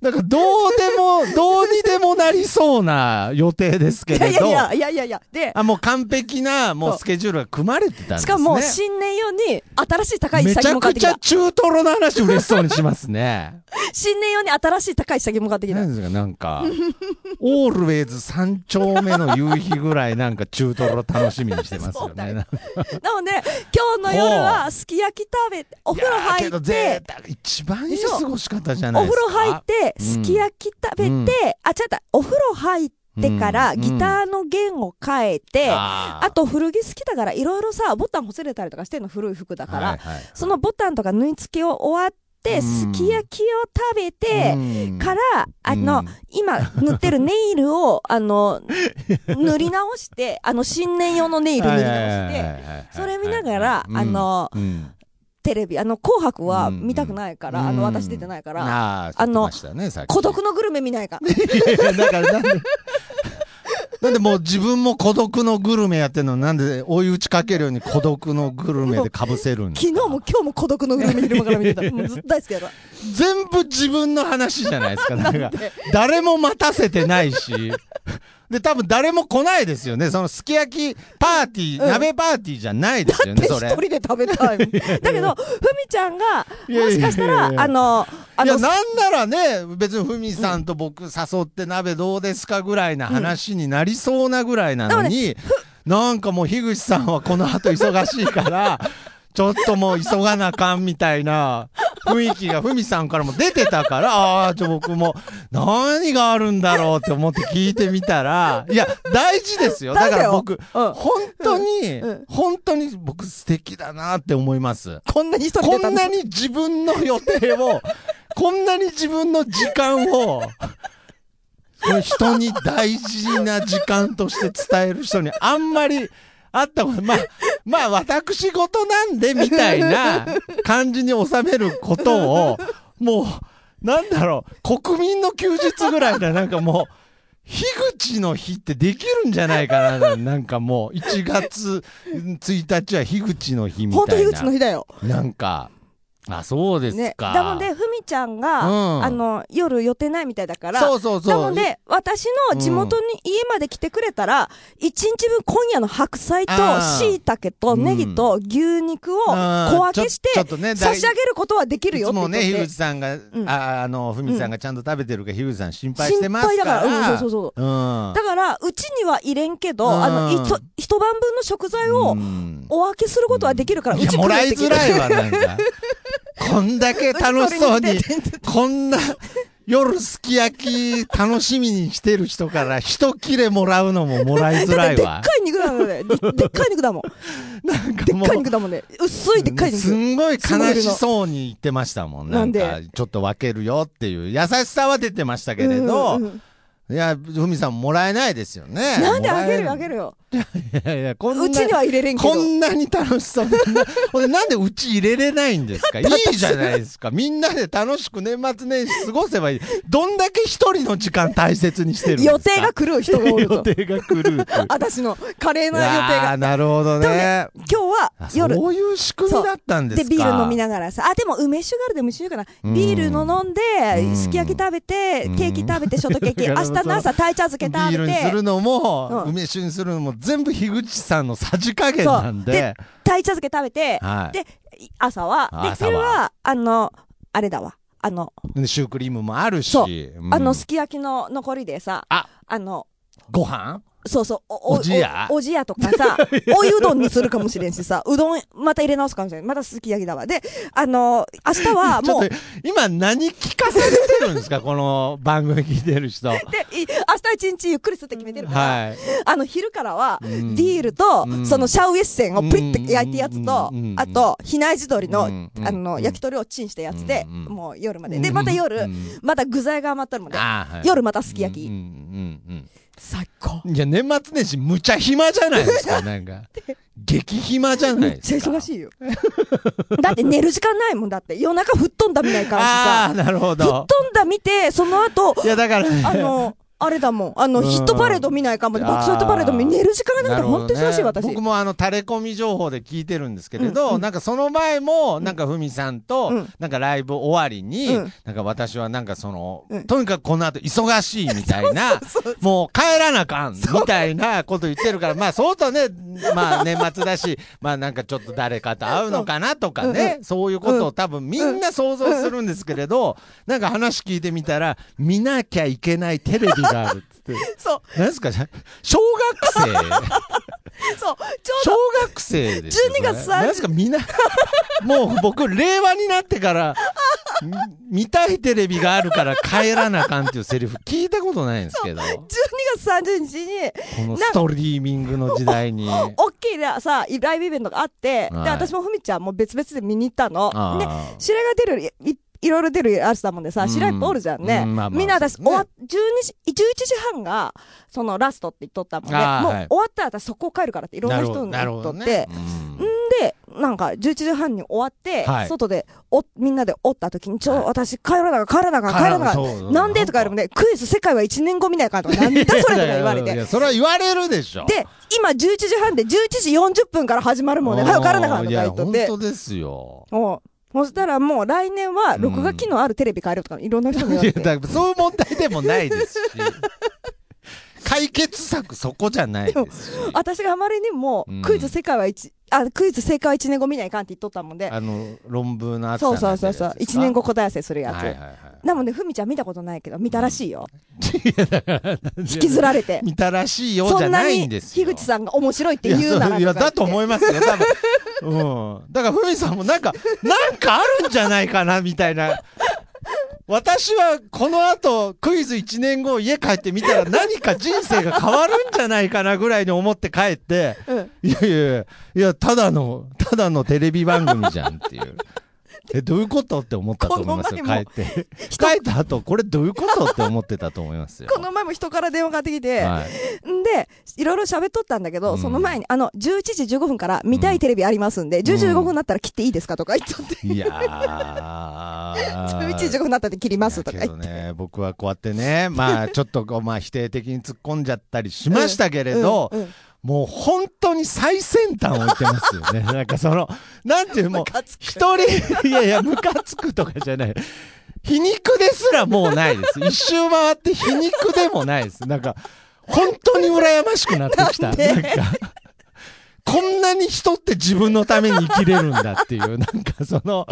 Speaker 1: だからどう でもどうにでもなりそうな予定ですけ
Speaker 2: いや
Speaker 1: れ
Speaker 2: い
Speaker 1: ど
Speaker 2: やいやいやいや。で、
Speaker 1: あもう完璧なも
Speaker 2: そう
Speaker 1: うスケジュールが組まれてたんですね
Speaker 2: しかも、新年用に、新しい高い
Speaker 1: めち
Speaker 2: 下着
Speaker 1: ゃ
Speaker 2: も買って
Speaker 1: く
Speaker 2: き
Speaker 1: ちゃ
Speaker 2: た。
Speaker 1: 中トロの話嬉しそうにしますね
Speaker 2: 新年用に新しい高い下着も買ってきた。
Speaker 1: 何ですかなんかオールウェイズ3丁目の夕日ぐらいなんか中トロ楽しみにしてますよ
Speaker 2: そうだ
Speaker 1: ね
Speaker 2: よなので、今日の夜
Speaker 1: ほ
Speaker 2: は、すき焼き食べて、お風呂
Speaker 1: いやーけ
Speaker 2: 入
Speaker 1: ど
Speaker 2: って
Speaker 1: 贅、沢一番いい過ごし方じゃ
Speaker 2: お
Speaker 1: ないで
Speaker 2: 風
Speaker 1: すか
Speaker 2: 呂入って、
Speaker 1: うん
Speaker 2: すき焼き食べて、
Speaker 1: う
Speaker 2: あ、
Speaker 1: ん
Speaker 2: 違った、お風呂入ってから、
Speaker 1: うん
Speaker 2: ギターの弦を変えて、
Speaker 1: あー
Speaker 2: あと古着好きだから、いろいろさ、ボタンほつれたりとかしてんの、古い服だから。
Speaker 1: はいはい
Speaker 2: そのボタンとか縫い付けを終わって、
Speaker 1: うん
Speaker 2: すき焼きを食べて、
Speaker 1: うん
Speaker 2: から、あの、
Speaker 1: うん
Speaker 2: 今塗ってるネイル を、あの、塗り直して、あの、新年用のネイル塗り直して、それ見ながらあの、
Speaker 1: はいはいはいはいうん
Speaker 2: テレビ、あの、紅白は
Speaker 1: うん
Speaker 2: 見たくないから、
Speaker 1: うん
Speaker 2: あの、私出てないから、
Speaker 1: あー
Speaker 2: あの
Speaker 1: 言ってましたねさっき
Speaker 2: 孤独のグルメ見ないかん。
Speaker 1: いや だからなんでなんでもう自分も孤独のグルメやってんのになんで追い打ちかけるように孤独のグルメでかぶせるんです
Speaker 2: 昨日
Speaker 1: か
Speaker 2: も今日も孤独のグルメ昼間から見て た。もうずっと大好きやから。
Speaker 1: 全部自分の話じゃないですか。なんか誰も待たせてないし。 で、多分誰も来ないですよね。そのすき焼きパーティー、
Speaker 2: うん
Speaker 1: 鍋パーティーじゃないですよね、
Speaker 2: で
Speaker 1: そ
Speaker 2: 一
Speaker 1: れ。
Speaker 2: 人
Speaker 1: い
Speaker 2: で食べたいもん。だけど、ふみちゃんが、
Speaker 1: いや
Speaker 2: も
Speaker 1: いやいやいや
Speaker 2: しかしたら、あの、あ
Speaker 1: や、
Speaker 2: の、
Speaker 1: なんならね、別にふみさんと僕誘って鍋どうですかぐらいな話になりそうなぐらいなのに、なんかもう樋口さんはこの後忙しい から、ちょっともう急がなあかんみたいな雰囲気がふみさんからも出てたから、ああ、じゃあ僕も何があるんだろうって思って聞いてみたら、いや、大事ですよ。だから僕、
Speaker 2: うん
Speaker 1: 本当に
Speaker 2: うんうん、
Speaker 1: 本当に僕素敵だなって思います。
Speaker 2: こんなに一人で
Speaker 1: こ
Speaker 2: 食べ
Speaker 1: んなに自分の予定を、 こんなに自分の時間を、これ人に大事な時間として伝える人にあんまりあったこと、まあ、まあ私事なんでみたいな感じに収めることを、もう、なんだろう、国民の休日ぐらいな、なんかもう、樋口の日ってできるんじゃないかな、なんかもう、1月1日は樋口の日みたいな。
Speaker 2: 本当樋口の日だよ。
Speaker 1: なんか、あ、そうです
Speaker 2: ね。
Speaker 1: か。
Speaker 2: なので、ふみちゃん
Speaker 1: うん
Speaker 2: が、あの、夜予定ないみたいだから、
Speaker 1: そうそうそう。
Speaker 2: なので、私の地元に、家まで来てくれたら、一日分今夜の白菜と
Speaker 1: あー
Speaker 2: 椎茸とネギと牛肉を
Speaker 1: あー
Speaker 2: 小分けして
Speaker 1: ちょちょっとね、
Speaker 2: 差
Speaker 1: 大
Speaker 2: し上げることはできる
Speaker 1: い
Speaker 2: よっ
Speaker 1: つ
Speaker 2: て言
Speaker 1: も
Speaker 2: っ
Speaker 1: ね、樋
Speaker 2: て
Speaker 1: 口。さんが、
Speaker 2: ん
Speaker 1: ああの、ふみさんがちゃんと食べてるか、樋口さん心配してます
Speaker 2: 心配だ
Speaker 1: から。
Speaker 2: からうんそうそう
Speaker 1: そう。うん。
Speaker 2: だから、うちには入れんけど、
Speaker 1: うん
Speaker 2: あの、いと一晩分の食材を
Speaker 1: うん
Speaker 2: お分けすることはできるから、う
Speaker 1: いや、
Speaker 2: ち
Speaker 1: もらいづらい
Speaker 2: わ。
Speaker 1: わ、な んか。こんだけ楽しそうに、こんな、夜すき焼き楽しみにしてる人から一切れもらうのももらい
Speaker 2: だ
Speaker 1: づら
Speaker 2: って
Speaker 1: い
Speaker 2: でっか
Speaker 1: わ。
Speaker 2: い肉な ので、ででっかい肉だもん。で
Speaker 1: なんかも
Speaker 2: っかいう肉だもんね。薄いでっかい
Speaker 1: す
Speaker 2: 肉。
Speaker 1: んごい悲しそうに言ってましたもん。
Speaker 2: な
Speaker 1: なんん
Speaker 2: で
Speaker 1: か、ちょっと分けるよっていう、優しさは出てましたけれ
Speaker 2: うんう
Speaker 1: ど、
Speaker 2: ん
Speaker 1: いや、ふみさんもらえないですよね。
Speaker 2: なんであげるよ、あげ
Speaker 1: る。
Speaker 2: るよ。
Speaker 1: いやいや、こんな
Speaker 2: うちには入れれんけど。
Speaker 1: こんなに楽し そうな。ほんでなんでうち入れれないんですかいいじゃないですか。みんなで楽しく年末年始過ごせばいい。どんだけ一人の時間大切にしてるんですか
Speaker 2: 予定が来る人がおる
Speaker 1: 予
Speaker 2: と。
Speaker 1: 定が来る っていう。
Speaker 2: 私のカレーの予定
Speaker 1: あ
Speaker 2: が
Speaker 1: あ、。なるほど
Speaker 2: でも
Speaker 1: ね。
Speaker 2: 今日は
Speaker 1: あ
Speaker 2: 夜。
Speaker 1: そういう仕組みだったんです
Speaker 2: で、
Speaker 1: か
Speaker 2: ビール飲みながらさ、あ、でも梅酒があるで梅酒かな。ビールの飲ん
Speaker 1: う
Speaker 2: で、
Speaker 1: ん
Speaker 2: すき焼き食べて、
Speaker 1: うん
Speaker 2: ケーキ食べて、ショートケー キ、明
Speaker 1: だから
Speaker 2: 日の朝、鯛茶漬け
Speaker 1: ビ
Speaker 2: 食
Speaker 1: ール
Speaker 2: べ
Speaker 1: にす
Speaker 2: て
Speaker 1: る、のも、
Speaker 2: うん
Speaker 1: 梅酒にするのも全部樋口さんのさじ加減
Speaker 2: そう
Speaker 1: なんで
Speaker 2: で鯛茶漬け食べて、
Speaker 1: はい
Speaker 2: で、い朝は、で、
Speaker 1: 朝は
Speaker 2: 昼は、あの、あれだわ。あの、
Speaker 1: でシュークリームもあるし、
Speaker 2: そう
Speaker 1: うん
Speaker 2: あの、すき焼きの残りでさ、
Speaker 1: あ
Speaker 2: あの、
Speaker 1: ご飯
Speaker 2: そうそう、お
Speaker 1: おじや
Speaker 2: おおじやとか さ、お湯うどんにするかもしれんしさ、うどんまた入れ直すかもしれん。またすき焼きだわ。で、あの、明日は
Speaker 1: ちょ
Speaker 2: も
Speaker 1: っ
Speaker 2: う
Speaker 1: と、今何聞かされてるんですか この番組聞いてる人。はい。
Speaker 2: で、い明日一日ゆっくりするって決めてるから、あの、昼からは、デ
Speaker 1: ん
Speaker 2: ィールと、
Speaker 1: うん
Speaker 2: そのシャウエッセンをプリッて焼いてやつと
Speaker 1: うん、
Speaker 2: あと、比内地鶏の、
Speaker 1: うん
Speaker 2: あの、焼き鳥をチンしたやつで、
Speaker 1: うん
Speaker 2: もう夜まで。で、また
Speaker 1: う
Speaker 2: 夜
Speaker 1: ん、
Speaker 2: また具材が余ったるもんで、
Speaker 1: あーはい
Speaker 2: 夜またすき焼き。
Speaker 1: うんうん
Speaker 2: 最高。
Speaker 1: うん。いや、年末年始むちゃ暇じゃないで すか、なんか。激暇じゃな
Speaker 2: め
Speaker 1: い
Speaker 2: っ
Speaker 1: で
Speaker 2: ちゃ
Speaker 1: すか。
Speaker 2: 忙しいよ。だって寝る時間ないもんだって。夜中吹っ飛んだみたいから
Speaker 1: あ
Speaker 2: さ。
Speaker 1: あ、なるほ
Speaker 2: 吹っ飛
Speaker 1: ど。
Speaker 2: んだ見て、その後、
Speaker 1: いや、だからね、
Speaker 2: あの、あれだもん。あの、
Speaker 1: うん
Speaker 2: ヒットパレード見ないかも。
Speaker 1: あー
Speaker 2: 爆笑ヒットパレード見寝る時間がないから本当に忙しい
Speaker 1: なるほど
Speaker 2: 私。
Speaker 1: ね僕もあの垂れ込み情報で聞いてるんですけれど、なんかその前もなんかふみさんと、
Speaker 2: うん
Speaker 1: なんかライブ終わりに、
Speaker 2: うん
Speaker 1: なんか私はなんかその、
Speaker 2: うん
Speaker 1: とにかくこの後忙しいみた いなもう帰らなあかんみたいなこと言ってるから まあそうとねまあ年末だし まあなんかちょっと誰かと会うのかなとかね、そういうことを多分みんな想像するんですけれど、なんか話聞いてみたら見なきゃいけないテレビがあるっつって
Speaker 2: そう、
Speaker 1: 何ですか小学生
Speaker 2: そう、ちょうど
Speaker 1: 小学生ですよ。
Speaker 2: 12月
Speaker 1: それなんですか、みんな、 もう僕、令和になってから、み見たいテレビがあるから帰らなあかんっていうセリフ聞いたことないんですけど、こ
Speaker 2: 12月30日に、
Speaker 1: のストリーミングの時代に。
Speaker 2: 大きいなさ、ライブイベントがあって、
Speaker 1: はい
Speaker 2: で、私もふみちゃんも別々で見に行ったの。
Speaker 1: あ
Speaker 2: で、
Speaker 1: ー
Speaker 2: 白井が出るより、いいろいろ出るやつだもんで
Speaker 1: う
Speaker 2: さ、
Speaker 1: ん
Speaker 2: 白井いっぱいおるじゃんね。
Speaker 1: うんまあまあ
Speaker 2: みんな私、終
Speaker 1: そうですね
Speaker 2: わっ、12時、11時半が、そのラストって言っとったもんで、もう
Speaker 1: あー
Speaker 2: 終
Speaker 1: はい
Speaker 2: わったら私そこ帰るからっていろんな人に
Speaker 1: なる
Speaker 2: 言
Speaker 1: ほ
Speaker 2: っと
Speaker 1: ど
Speaker 2: って、
Speaker 1: ね。うん
Speaker 2: で、なんか、11時半に終わって、
Speaker 1: はい
Speaker 2: 外でお、みんなでおった時に、ちょ、
Speaker 1: はい
Speaker 2: 私、帰らなあかん、帰らなあかん、帰らなあか、
Speaker 1: そうそうん
Speaker 2: なんでとか言われもね、クイズ世界は1年後見ないかんとか、なんだそれとか言われて
Speaker 1: い。やそれは言われるでしょ。
Speaker 2: で、今11時半で11時40分から始まるもんね。早く帰らなあかん
Speaker 1: い
Speaker 2: とか
Speaker 1: や、
Speaker 2: 言っと
Speaker 1: 本
Speaker 2: って
Speaker 1: 当。ですよ。
Speaker 2: おうそしたらもう来年は録画機能あるテレビ変えるとか、いろんな人に言わ
Speaker 1: い
Speaker 2: れ
Speaker 1: や
Speaker 2: て。
Speaker 1: だからそういう問題でもないですし、解決策そこじゃないですし。
Speaker 2: 私があまりにも
Speaker 1: うん、
Speaker 2: クイズ世界は一、あ、クイズ正解は1年後見ないかんって言っとったもんで。
Speaker 1: あの論文の
Speaker 2: そうそうそうそう。1年後答え合わせするや
Speaker 1: はいはい
Speaker 2: つ。
Speaker 1: はい
Speaker 2: なので、ふみちゃん見たことないけど、見たらしいよ。
Speaker 1: 引
Speaker 2: 引きずられて。
Speaker 1: 見たらしいよ
Speaker 2: そ
Speaker 1: じゃ
Speaker 2: んな
Speaker 1: ない
Speaker 2: に、
Speaker 1: んですよ
Speaker 2: 樋口さんが面白いって言うなら
Speaker 1: いやそういや
Speaker 2: か言
Speaker 1: だ
Speaker 2: って
Speaker 1: と思いますよ多分うんだからふみさんもなんかなんかあるんじゃないかなみたいな私はこの後クイズ1年後家帰ってみたら何か人生が変わるんじゃないかなぐらいに思って帰って
Speaker 2: うん。
Speaker 1: いやいやいやいやただのただのテレビ番組じゃんっていう えどういうことって思ったと思いますよ
Speaker 2: こ
Speaker 1: 帰
Speaker 2: の前
Speaker 1: っ
Speaker 2: も
Speaker 1: て帰った後これどういうことって思ってたと思いますよ
Speaker 2: この前も人から電話がかかってきて、
Speaker 1: はい、
Speaker 2: んで、いろいろ喋っとったんだけど、
Speaker 1: うん
Speaker 2: その前に、あの、11時15分から見たいテレビありますんで、10時15分になったら切っていいですかとか言っとって、
Speaker 1: いや ー。
Speaker 2: 11時15分になったら切りますとか
Speaker 1: だ
Speaker 2: 言
Speaker 1: け
Speaker 2: っ
Speaker 1: ど
Speaker 2: て。
Speaker 1: ね、僕はこうやって ね、まあちょっとこう、まあ否定的に突っ込んじゃったりしましたけれど、
Speaker 2: うんうん
Speaker 1: もう本当に最先端を言ってますよ ね。なんかその、なんていう、もう
Speaker 2: ムカつ、く
Speaker 1: 一人、いやいや、ムカつくとかじゃない。皮肉ですらもうないです。一周回って皮肉でもないです。なんか、本当に羨ましくなってきた。
Speaker 2: なんで
Speaker 1: なんか。こんなに人って自分のために生きれるんだっ ていう、なんかその、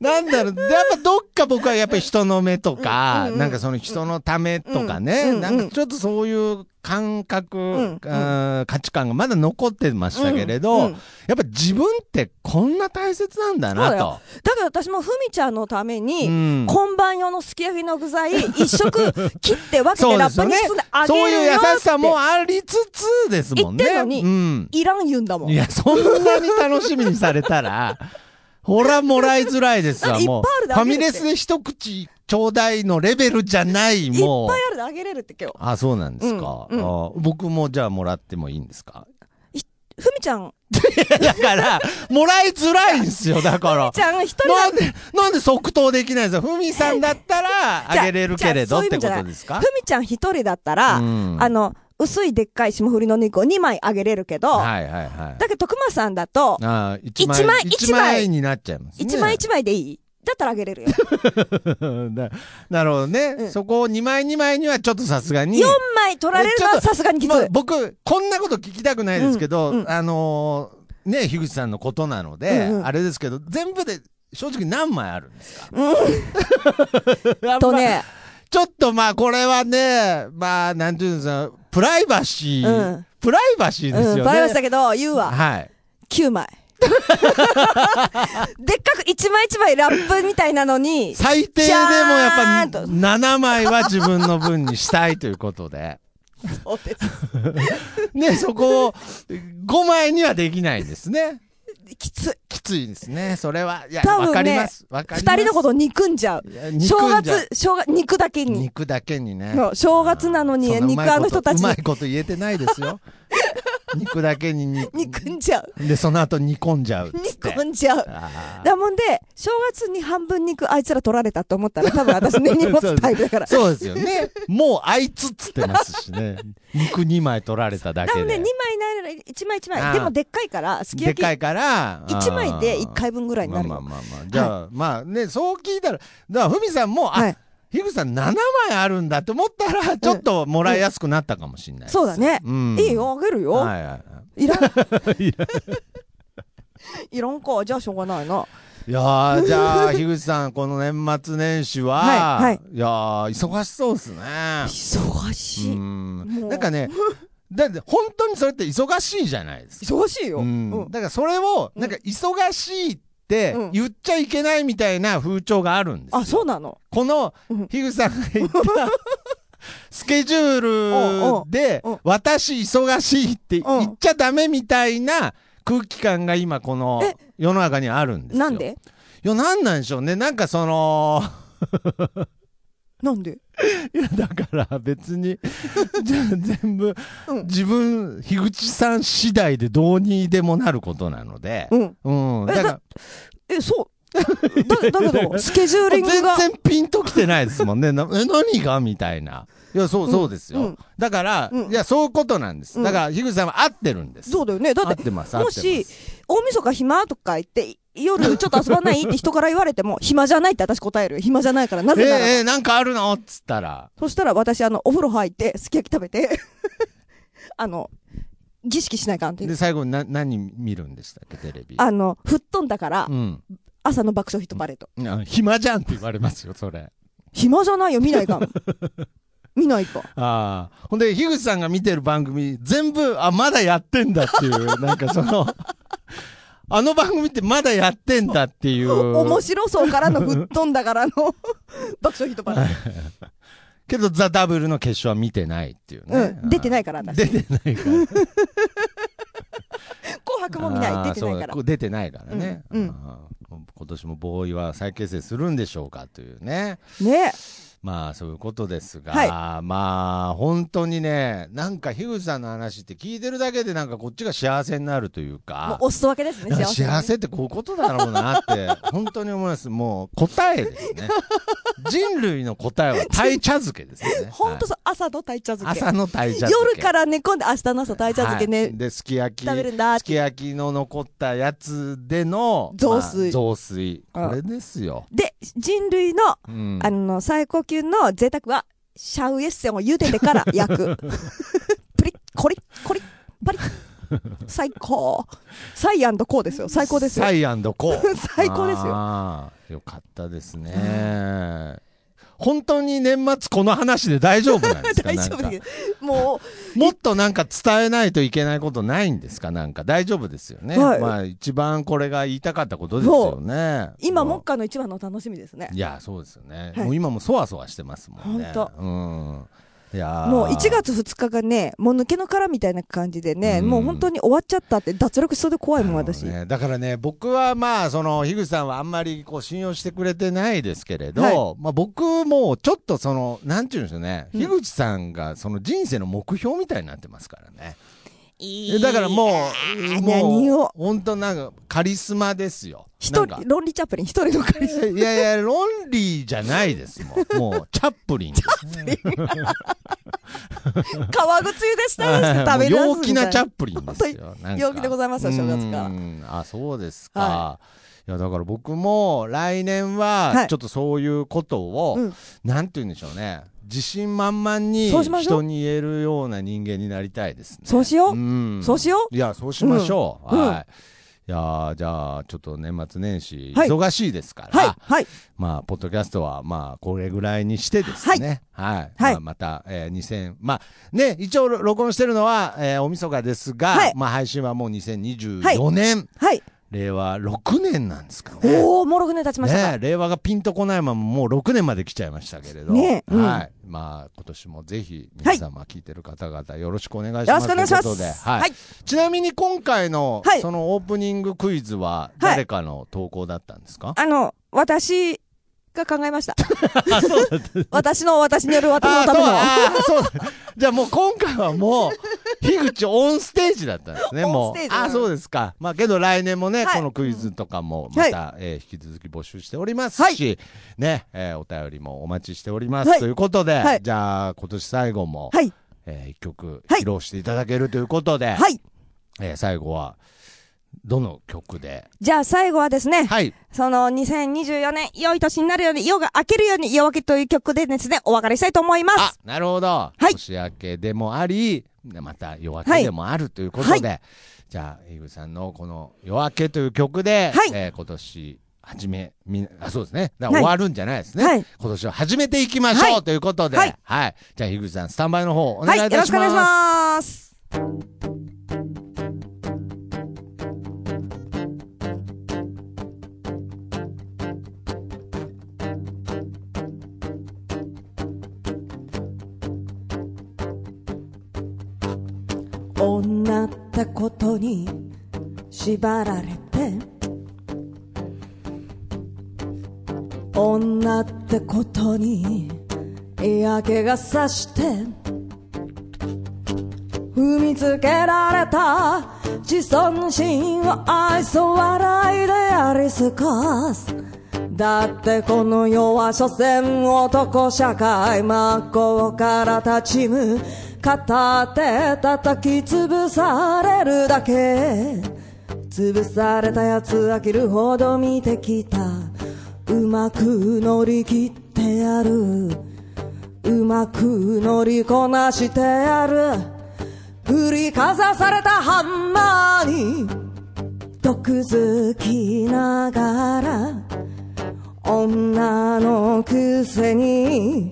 Speaker 1: なんだろう、やっぱどっか僕はやっぱり人の目とか、
Speaker 2: うんうん
Speaker 1: なんかその人のためとかね、
Speaker 2: うんうん
Speaker 1: なんかちょっとそういう感覚、
Speaker 2: ん
Speaker 1: あー価値観がまだ残ってましたけれど、
Speaker 2: うんうん
Speaker 1: やっぱ自分ってこんな大切なんだ
Speaker 2: そうだ
Speaker 1: な
Speaker 2: よ
Speaker 1: と。
Speaker 2: だから私もふみちゃんのために、
Speaker 1: うん
Speaker 2: 今晩用のすき焼きの具材、一食切って分け
Speaker 1: そ
Speaker 2: て
Speaker 1: うで
Speaker 2: ラッ
Speaker 1: すよ
Speaker 2: プに
Speaker 1: ね
Speaker 2: 包んであ。げる
Speaker 1: そ
Speaker 2: よっ
Speaker 1: う
Speaker 2: て
Speaker 1: いう優しさもありつつですもんね。
Speaker 2: 言ってんのに
Speaker 1: うん
Speaker 2: いらん言うんだもん。
Speaker 1: い
Speaker 2: いっ
Speaker 1: や、そんなに楽しみにされ たら、ほら、もらいづらいですわ、
Speaker 2: いっぱい
Speaker 1: も
Speaker 2: あ
Speaker 1: う。
Speaker 2: る
Speaker 1: フ
Speaker 2: だ
Speaker 1: ァ
Speaker 2: けで
Speaker 1: ミレスで一口ちょうだいのレベルじゃない、
Speaker 2: ぱい
Speaker 1: もう。
Speaker 2: あるであげれるって今日。
Speaker 1: あ、そうなんですか。
Speaker 2: うんうん
Speaker 1: あ僕もじゃあもらってもいいんですか
Speaker 2: ふみちゃん、
Speaker 1: だから、もらいづらいんですよ、だから
Speaker 2: ち。ゃん一人
Speaker 1: な
Speaker 2: だ
Speaker 1: んで、なんで即答できないんですかふみさんだったら、
Speaker 2: じゃ
Speaker 1: あげれるけれどっ
Speaker 2: じゃあそういう意
Speaker 1: てこ
Speaker 2: 味じゃない
Speaker 1: とですか
Speaker 2: ふみちゃん一人だったら、
Speaker 1: うん
Speaker 2: あの、薄いでっかい霜降りの肉を2枚あげれるけど、
Speaker 1: はいはいはい。
Speaker 2: だけど徳間さんだと、
Speaker 1: あ一
Speaker 2: 一枚
Speaker 1: 一枚になっちゃいますね。
Speaker 2: 1枚1枚でいいだったらあげれ るよ。
Speaker 1: ななるほどね、
Speaker 2: うん
Speaker 1: そこを2枚2枚にはちょっとさすがに
Speaker 2: 4枚取られるの
Speaker 1: ちょ
Speaker 2: は
Speaker 1: っと
Speaker 2: さすがにきつい。
Speaker 1: まあ僕こんなこと聞きたくないですけど、
Speaker 2: うんうん
Speaker 1: あのーね樋口さんのことなので、
Speaker 2: うんうん
Speaker 1: あれですけど全部で正直何枚あるんですか
Speaker 2: とね、
Speaker 1: ちょっとまあこれはねまあなんていうんですかプライバシー、
Speaker 2: うん
Speaker 1: プライバシーですよね。
Speaker 2: うん、バレましたけど、言うわ。
Speaker 1: はい。
Speaker 2: 9枚。 でっかく一枚一枚ラップみたいなのに、
Speaker 1: 最低でもやっぱ
Speaker 2: じゃーんと
Speaker 1: 7枚は自分の分にしたいということで。
Speaker 2: そうです
Speaker 1: ね、そこを5枚にはできないんですね。
Speaker 2: きつい。
Speaker 1: きついですね。それは、いや、
Speaker 2: 多
Speaker 1: わ、
Speaker 2: 分ね
Speaker 1: かります。わかりま
Speaker 2: 二
Speaker 1: す。
Speaker 2: 人のこと憎んじゃう。
Speaker 1: いや肉
Speaker 2: 正
Speaker 1: んじゃ
Speaker 2: 月、正月、肉だけに。
Speaker 1: 肉だけにね。
Speaker 2: そう正月なのに、
Speaker 1: そんなう
Speaker 2: 肉
Speaker 1: まいこと
Speaker 2: あの人たち
Speaker 1: うま
Speaker 2: に
Speaker 1: いこと言えてないです よ。肉だけに肉。
Speaker 2: 憎んじゃう。
Speaker 1: で、その後煮込んじゃうっつって。
Speaker 2: 憎んじゃう。
Speaker 1: あー
Speaker 2: だもんで、正月に半分肉あいつら取られたと思ったら、多分私根に持つタイプだから。
Speaker 1: そうですよね。もうあいつっつってますしね。肉2枚取られただ
Speaker 2: な
Speaker 1: け
Speaker 2: ので、
Speaker 1: で。
Speaker 2: 2枚ないなら1枚1
Speaker 1: あー
Speaker 2: 枚。でもでっかいから、すき
Speaker 1: で
Speaker 2: 焼き
Speaker 1: かいから。
Speaker 2: 1枚で
Speaker 1: 一
Speaker 2: 1回分ぐらいになる
Speaker 1: まあ
Speaker 2: よ。
Speaker 1: まあまあまあ。じゃあ、まあね、そう聞いたら、だから、ふみさんも、
Speaker 2: は
Speaker 1: あ
Speaker 2: い、
Speaker 1: ひぐさん7枚あるんだって思ったら、ちょっともらいやすくなったかもしれない。
Speaker 2: そうだね。
Speaker 1: うん
Speaker 2: いいよ、あげるよ。
Speaker 1: はいはい はい。
Speaker 2: いらん。 いらんか。じゃあしょうがないな。
Speaker 1: いやー、じゃあ、樋口さん、この年末年始は、
Speaker 2: はいはい
Speaker 1: い、やー、忙しそうですね。
Speaker 2: 忙
Speaker 1: う
Speaker 2: しい。も
Speaker 1: ん。
Speaker 2: う
Speaker 1: なんかね、だって本当にそれって忙しいじゃないですか。
Speaker 2: 忙しいよ。
Speaker 1: う
Speaker 2: うん
Speaker 1: ん。だからそれを、
Speaker 2: うん
Speaker 1: なんか忙しいって
Speaker 2: うん
Speaker 1: 言っちゃいけないみたいな風潮があるんですよ。
Speaker 2: あ、そうなの。
Speaker 1: この
Speaker 2: うん、
Speaker 1: 樋口さんが 言った、スケジュールで
Speaker 2: おうおう、
Speaker 1: 私忙しいって言っちゃダメみたいな空気感が今この
Speaker 2: え
Speaker 1: 世の中にあるんですよ。
Speaker 2: なんで
Speaker 1: いや、なんなんでしょうね。なんかその、
Speaker 2: なんで
Speaker 1: いや、だから別に、 じゃあ全部、
Speaker 2: うん
Speaker 1: 自分、樋口さん次第でどうにでもなることなので、
Speaker 2: うん。
Speaker 1: うん。
Speaker 2: え
Speaker 1: だか
Speaker 2: え、そう。だだ けど、スケジュー
Speaker 1: ら、
Speaker 2: リン
Speaker 1: 全
Speaker 2: グが。
Speaker 1: 然ピンときてないですもんね。な え、何がみたいな。いや、そう、そうですよ。
Speaker 2: うん
Speaker 1: だから、
Speaker 2: うん
Speaker 1: いや、そういうことなんです。
Speaker 2: うん
Speaker 1: だから、樋口さんは合ってるんです。
Speaker 2: そうだよね。だ
Speaker 1: 合
Speaker 2: っ、
Speaker 1: っててます、合っ
Speaker 2: も
Speaker 1: てます。
Speaker 2: し、大晦日暇とか言って、夜ちょっと遊ばないって人から言われても、 暇じゃないって私答えるよ。暇じゃないから、な
Speaker 1: え
Speaker 2: ぜならば。
Speaker 1: ええなんかあるのっつったら、
Speaker 2: そしたら私、あの、お風呂入って、すき焼き食べて、 あの、儀式しないかんっていう
Speaker 1: で、。最後にな何見るんでしたっけ、テレビ。
Speaker 2: あの、吹っ飛んだから、
Speaker 1: うん。
Speaker 2: 朝の爆笑ヒットパレード。
Speaker 1: いや暇じゃんって言われますよ、それ。
Speaker 2: 暇じゃないよ、見ないか ん。見ないか。
Speaker 1: ああ。ほんで、樋口さんが見てる番組、全部、あ、まだやってんだっていう、なんかそ の、あの番組ってまだやってんだっていう。
Speaker 2: 面白そうからの吹っ飛んだ からの爆笑ヒットパレー
Speaker 1: けど、ザ・ダブルの決勝は見てないっていう
Speaker 2: ド。
Speaker 1: ね。
Speaker 2: うん。出てないいから、私。
Speaker 1: 出てないから。
Speaker 2: 紅白も見な
Speaker 1: あ
Speaker 2: い。
Speaker 1: ー
Speaker 2: 出てないか
Speaker 1: そう
Speaker 2: ら
Speaker 1: こ。出てないからね。
Speaker 2: うんうん
Speaker 1: あー今年もボーイは再結成するんでしょうかというね。
Speaker 2: ね
Speaker 1: まあ、そういうことですが、
Speaker 2: は
Speaker 1: まあ、本当にね、なんか樋口さんの話って聞いてるだけで、なんかこっちが幸せになるというか。
Speaker 2: もうおすそ分けですね、
Speaker 1: いや
Speaker 2: 幸
Speaker 1: 幸
Speaker 2: せ
Speaker 1: せ,、
Speaker 2: はね。
Speaker 1: ってこういうことだろうなって、本当に思います。もう答えで すね。人類の答えは鯛茶漬けですね。
Speaker 2: ほんとそう、朝の鯛茶漬け。
Speaker 1: 朝の鯛茶漬け。
Speaker 2: 夜から寝込んで、明日の朝鯛茶漬け
Speaker 1: は
Speaker 2: ね
Speaker 1: い。で、すき焼き。
Speaker 2: 食べるんだ
Speaker 1: すき焼きの残ったやつでの。
Speaker 2: 雑炊
Speaker 1: まあ雑炊。
Speaker 2: うん
Speaker 1: これですよ。
Speaker 2: で、人類の、
Speaker 1: うん
Speaker 2: あの、最高級の贅沢は、シャウエッセンを茹でてから焼 く。プリッ、コリッ、コリッ、パリッ。最高。サイアンドコーですよ。最高ですよ
Speaker 1: サ。イアンドコー
Speaker 2: 最高ですよ
Speaker 1: あーよかったですね。本当に年末この話で大丈夫なんです か
Speaker 2: 大丈
Speaker 1: なんか
Speaker 2: 夫です。も
Speaker 1: もっとなんか伝えないといけないことないんですかなんか大丈夫ですよね。
Speaker 2: はい
Speaker 1: まあ一番これが言いたかったことですよね。
Speaker 2: う、今、目下の一番の楽しみですね
Speaker 1: う。いや、そうですよね。
Speaker 2: はい
Speaker 1: もう今もそわそわしてますもんね。
Speaker 2: ほんと
Speaker 1: うん。いやー
Speaker 2: もう1。月2日がね、もう抜けの殻みたいな感じでね、
Speaker 1: うん
Speaker 2: もう本当に終わっちゃったって脱力しそうで怖いもん、私。
Speaker 1: あのねだからね、僕はまあ、その、樋口さんはあんまりこう信用してくれてないですけれど、
Speaker 2: はい
Speaker 1: まあ僕もちょっとその、なんていうんでしょうね、
Speaker 2: うん
Speaker 1: 樋口さんがその人生の目標みたいになってますからね。
Speaker 2: いい
Speaker 1: だからもう、も
Speaker 2: 何
Speaker 1: う
Speaker 2: を、
Speaker 1: 本当なんかカリスマですよ。
Speaker 2: 一
Speaker 1: なんか
Speaker 2: 人、ロンリーチャップリン、一人の彼 氏。
Speaker 1: いやいや、ロンリーじゃないですもん。もう、チャップリンです。
Speaker 2: 革靴ゆで したんですって食べ出すみたい
Speaker 1: もう陽気なチャップリンですよ。なんか
Speaker 2: 陽気でございますよ正月から
Speaker 1: うんあ、そうですか。、
Speaker 2: はい
Speaker 1: や、だから僕も来年
Speaker 2: は
Speaker 1: は、
Speaker 2: い
Speaker 1: ちょっとそういうことを、
Speaker 2: うん
Speaker 1: なんて言うんでしょうね。自信満々に
Speaker 2: そうしましょう
Speaker 1: 人に言えるような人間になりたいですね。
Speaker 2: そうしよう
Speaker 1: うん
Speaker 2: そうしよ
Speaker 1: いや、そうしましょう。
Speaker 2: うん
Speaker 1: はい。いやーじゃあちょっと年末年始
Speaker 2: はい
Speaker 1: 忙しいですから、
Speaker 2: はい、はい、
Speaker 1: まあポッドキャストはまあこれぐらいにしてですねはい、
Speaker 2: はい
Speaker 1: まあ、また、えー、2000まあね一応ろ録音してるのは、えー、大晦日ですが、
Speaker 2: はい
Speaker 1: まあ配信はもう
Speaker 2: はい
Speaker 1: 2024年、
Speaker 2: はい。
Speaker 1: 令和6年なんですかね。
Speaker 2: おお、もう6年経ちましたか。
Speaker 1: ね、令和がピンとこないままもう6年まで来ちゃいましたけれど、
Speaker 2: ねえうん
Speaker 1: はいまあ今年もぜひ皆様聞いてる方々よろしくお願いします
Speaker 2: よろしくお願いします
Speaker 1: とうことではい
Speaker 2: はい
Speaker 1: ちなみに今回の、
Speaker 2: はい
Speaker 1: そのオープニングクイズは誰かの投稿だったんですか、
Speaker 2: あの、私が考えま した。私の、私による私のための。
Speaker 1: あーそうあーそう じゃあもう今回はもう樋口オンステージだったんですね
Speaker 2: オ
Speaker 1: も
Speaker 2: ン
Speaker 1: う
Speaker 2: ステージ
Speaker 1: あーそうですかまあけど来年もね、
Speaker 2: はい
Speaker 1: このクイズとかもまた、えー引き続き募集しておりますし、ね、えーお便りもお待ちしております、
Speaker 2: はい
Speaker 1: ということで、
Speaker 2: はい
Speaker 1: じゃあ今年最後も、
Speaker 2: はい、
Speaker 1: えー一曲
Speaker 2: はい
Speaker 1: 披露していただけるということで、
Speaker 2: はい。
Speaker 1: えー最後はどの曲で
Speaker 2: じゃあ最後はですね、
Speaker 1: はい
Speaker 2: その2024年、良い年になるように、夜が明けるように、夜明けという曲でですね、お別れしたいと思いま
Speaker 1: あ
Speaker 2: す。
Speaker 1: なるほど、
Speaker 2: い
Speaker 1: 年明けでもありまた夜明けでもあるということで、じゃあ井口さんのこの「夜明け」という曲で、
Speaker 2: はい
Speaker 1: えー今年始めみあそうですねだ
Speaker 2: は
Speaker 1: から
Speaker 2: い
Speaker 1: 終わるんじゃないですね、
Speaker 2: はい
Speaker 1: 今年を始めていきましょう、
Speaker 2: はい
Speaker 1: ということで、は
Speaker 2: はいい
Speaker 1: じゃあ井口さんスタンバイの方お
Speaker 2: はい、
Speaker 1: 願い
Speaker 2: よ
Speaker 1: いた
Speaker 2: ろし
Speaker 1: し
Speaker 2: くお願
Speaker 1: ま
Speaker 2: い
Speaker 1: す。
Speaker 2: します。女ってことに縛られて女ってことに嫌気がさして踏みつけられた自尊心を愛想笑いでやり過ごすだってこの世は所詮男社会真っ向から立ち向片手叩き潰されるだけ潰されたやつ飽きるほど見てきたうまく乗り切ってやるうまく乗りこなしてやる振りかざされたハンマーに毒づきながら女のくせに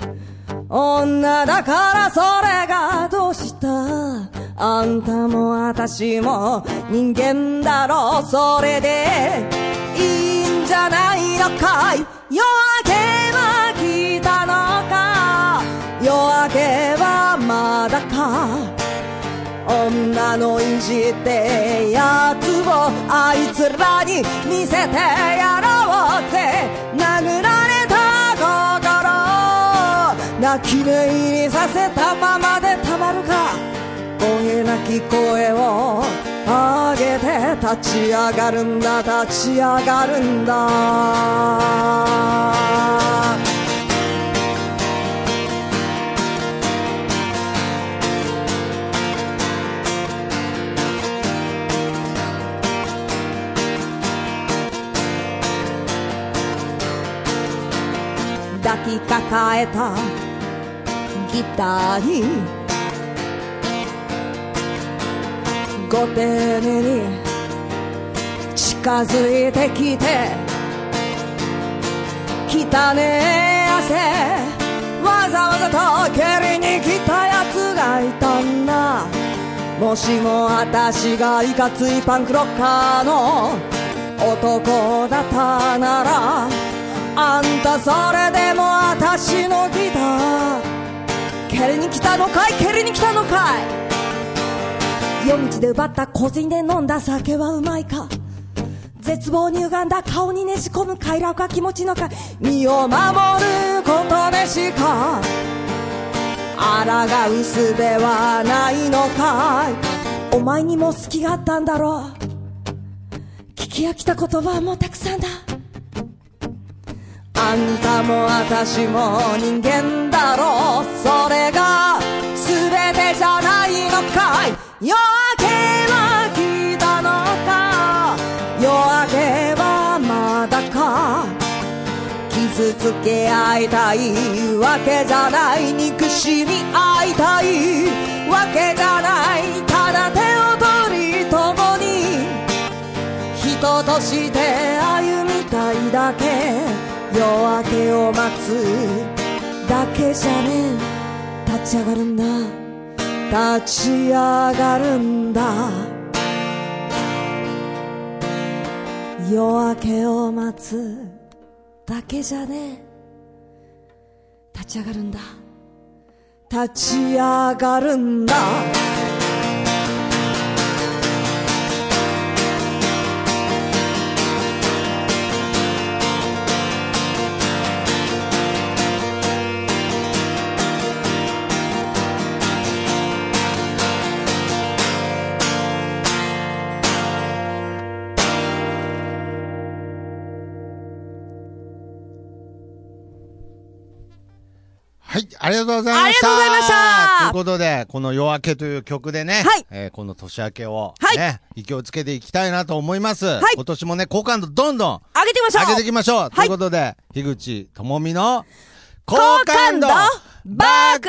Speaker 2: 女だからそれがどうしたあんたも私も人間だろうそれでいいんじゃないのかい夜明けは来たのか夜明けはまだか女の意地ってやつをあいつらに見せてやろうぜ殴られた心泣き寝入りさせたままでたまるか声なき声を上げて立ち上がるんだ立ち上がるんだ抱きかかえたギターにご丁寧に近づいてきて汚ねえ汗わざわざと蹴りに来たやつがいたんだもしも私がいかついパンクロッカーの男だったならあんたそれでも私のギター蹴りに来たのかい蹴りに来たのかい夜道で奪った小銭で飲んだ酒はうまいか絶望に歪んだ顔にねじ込む快楽が気持ちのか身を守ることでしか抗う術はないのかいお前にも好きがあったんだろう聞き飽きた言葉はもうたくさんだあんたも私も人間だろうそれが全てじゃないのかい夜明けは来たのか夜明けはまだか傷つけ合いたいわけじゃない憎しみ合いたいわけじゃないただ手を取り共に一人として歩みたいだけ夜明けを待つだけじゃねえ立ち上がるんだ立ち上がるんだ夜明けを待つだけじゃねえ立ち上がるんだ立ち上がるんだ
Speaker 1: はい、ありがとうございました。
Speaker 3: ありがとうございました
Speaker 1: ということで、この夜明けという曲でね、
Speaker 3: はい
Speaker 1: えーこの年明けを、
Speaker 3: はい
Speaker 1: ね、勢いつけていきたいなと思います。
Speaker 3: い
Speaker 1: 今年もね、好感度どんどん
Speaker 3: 上げてみましょう
Speaker 1: 上げていきましょう。ということで、樋口智美の、好感度
Speaker 3: 好感度爆上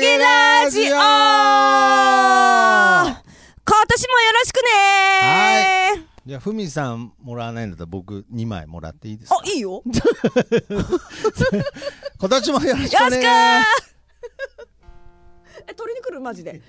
Speaker 3: げラジオ
Speaker 1: は
Speaker 3: 今年もよろしくね
Speaker 1: い。じゃあ、ふみさんもらわないんだったら僕2枚もらっていいですか
Speaker 3: あ、いい よ
Speaker 1: 今年もよろ
Speaker 3: よろしく
Speaker 1: しくお願いします。
Speaker 2: え取りに来るマジで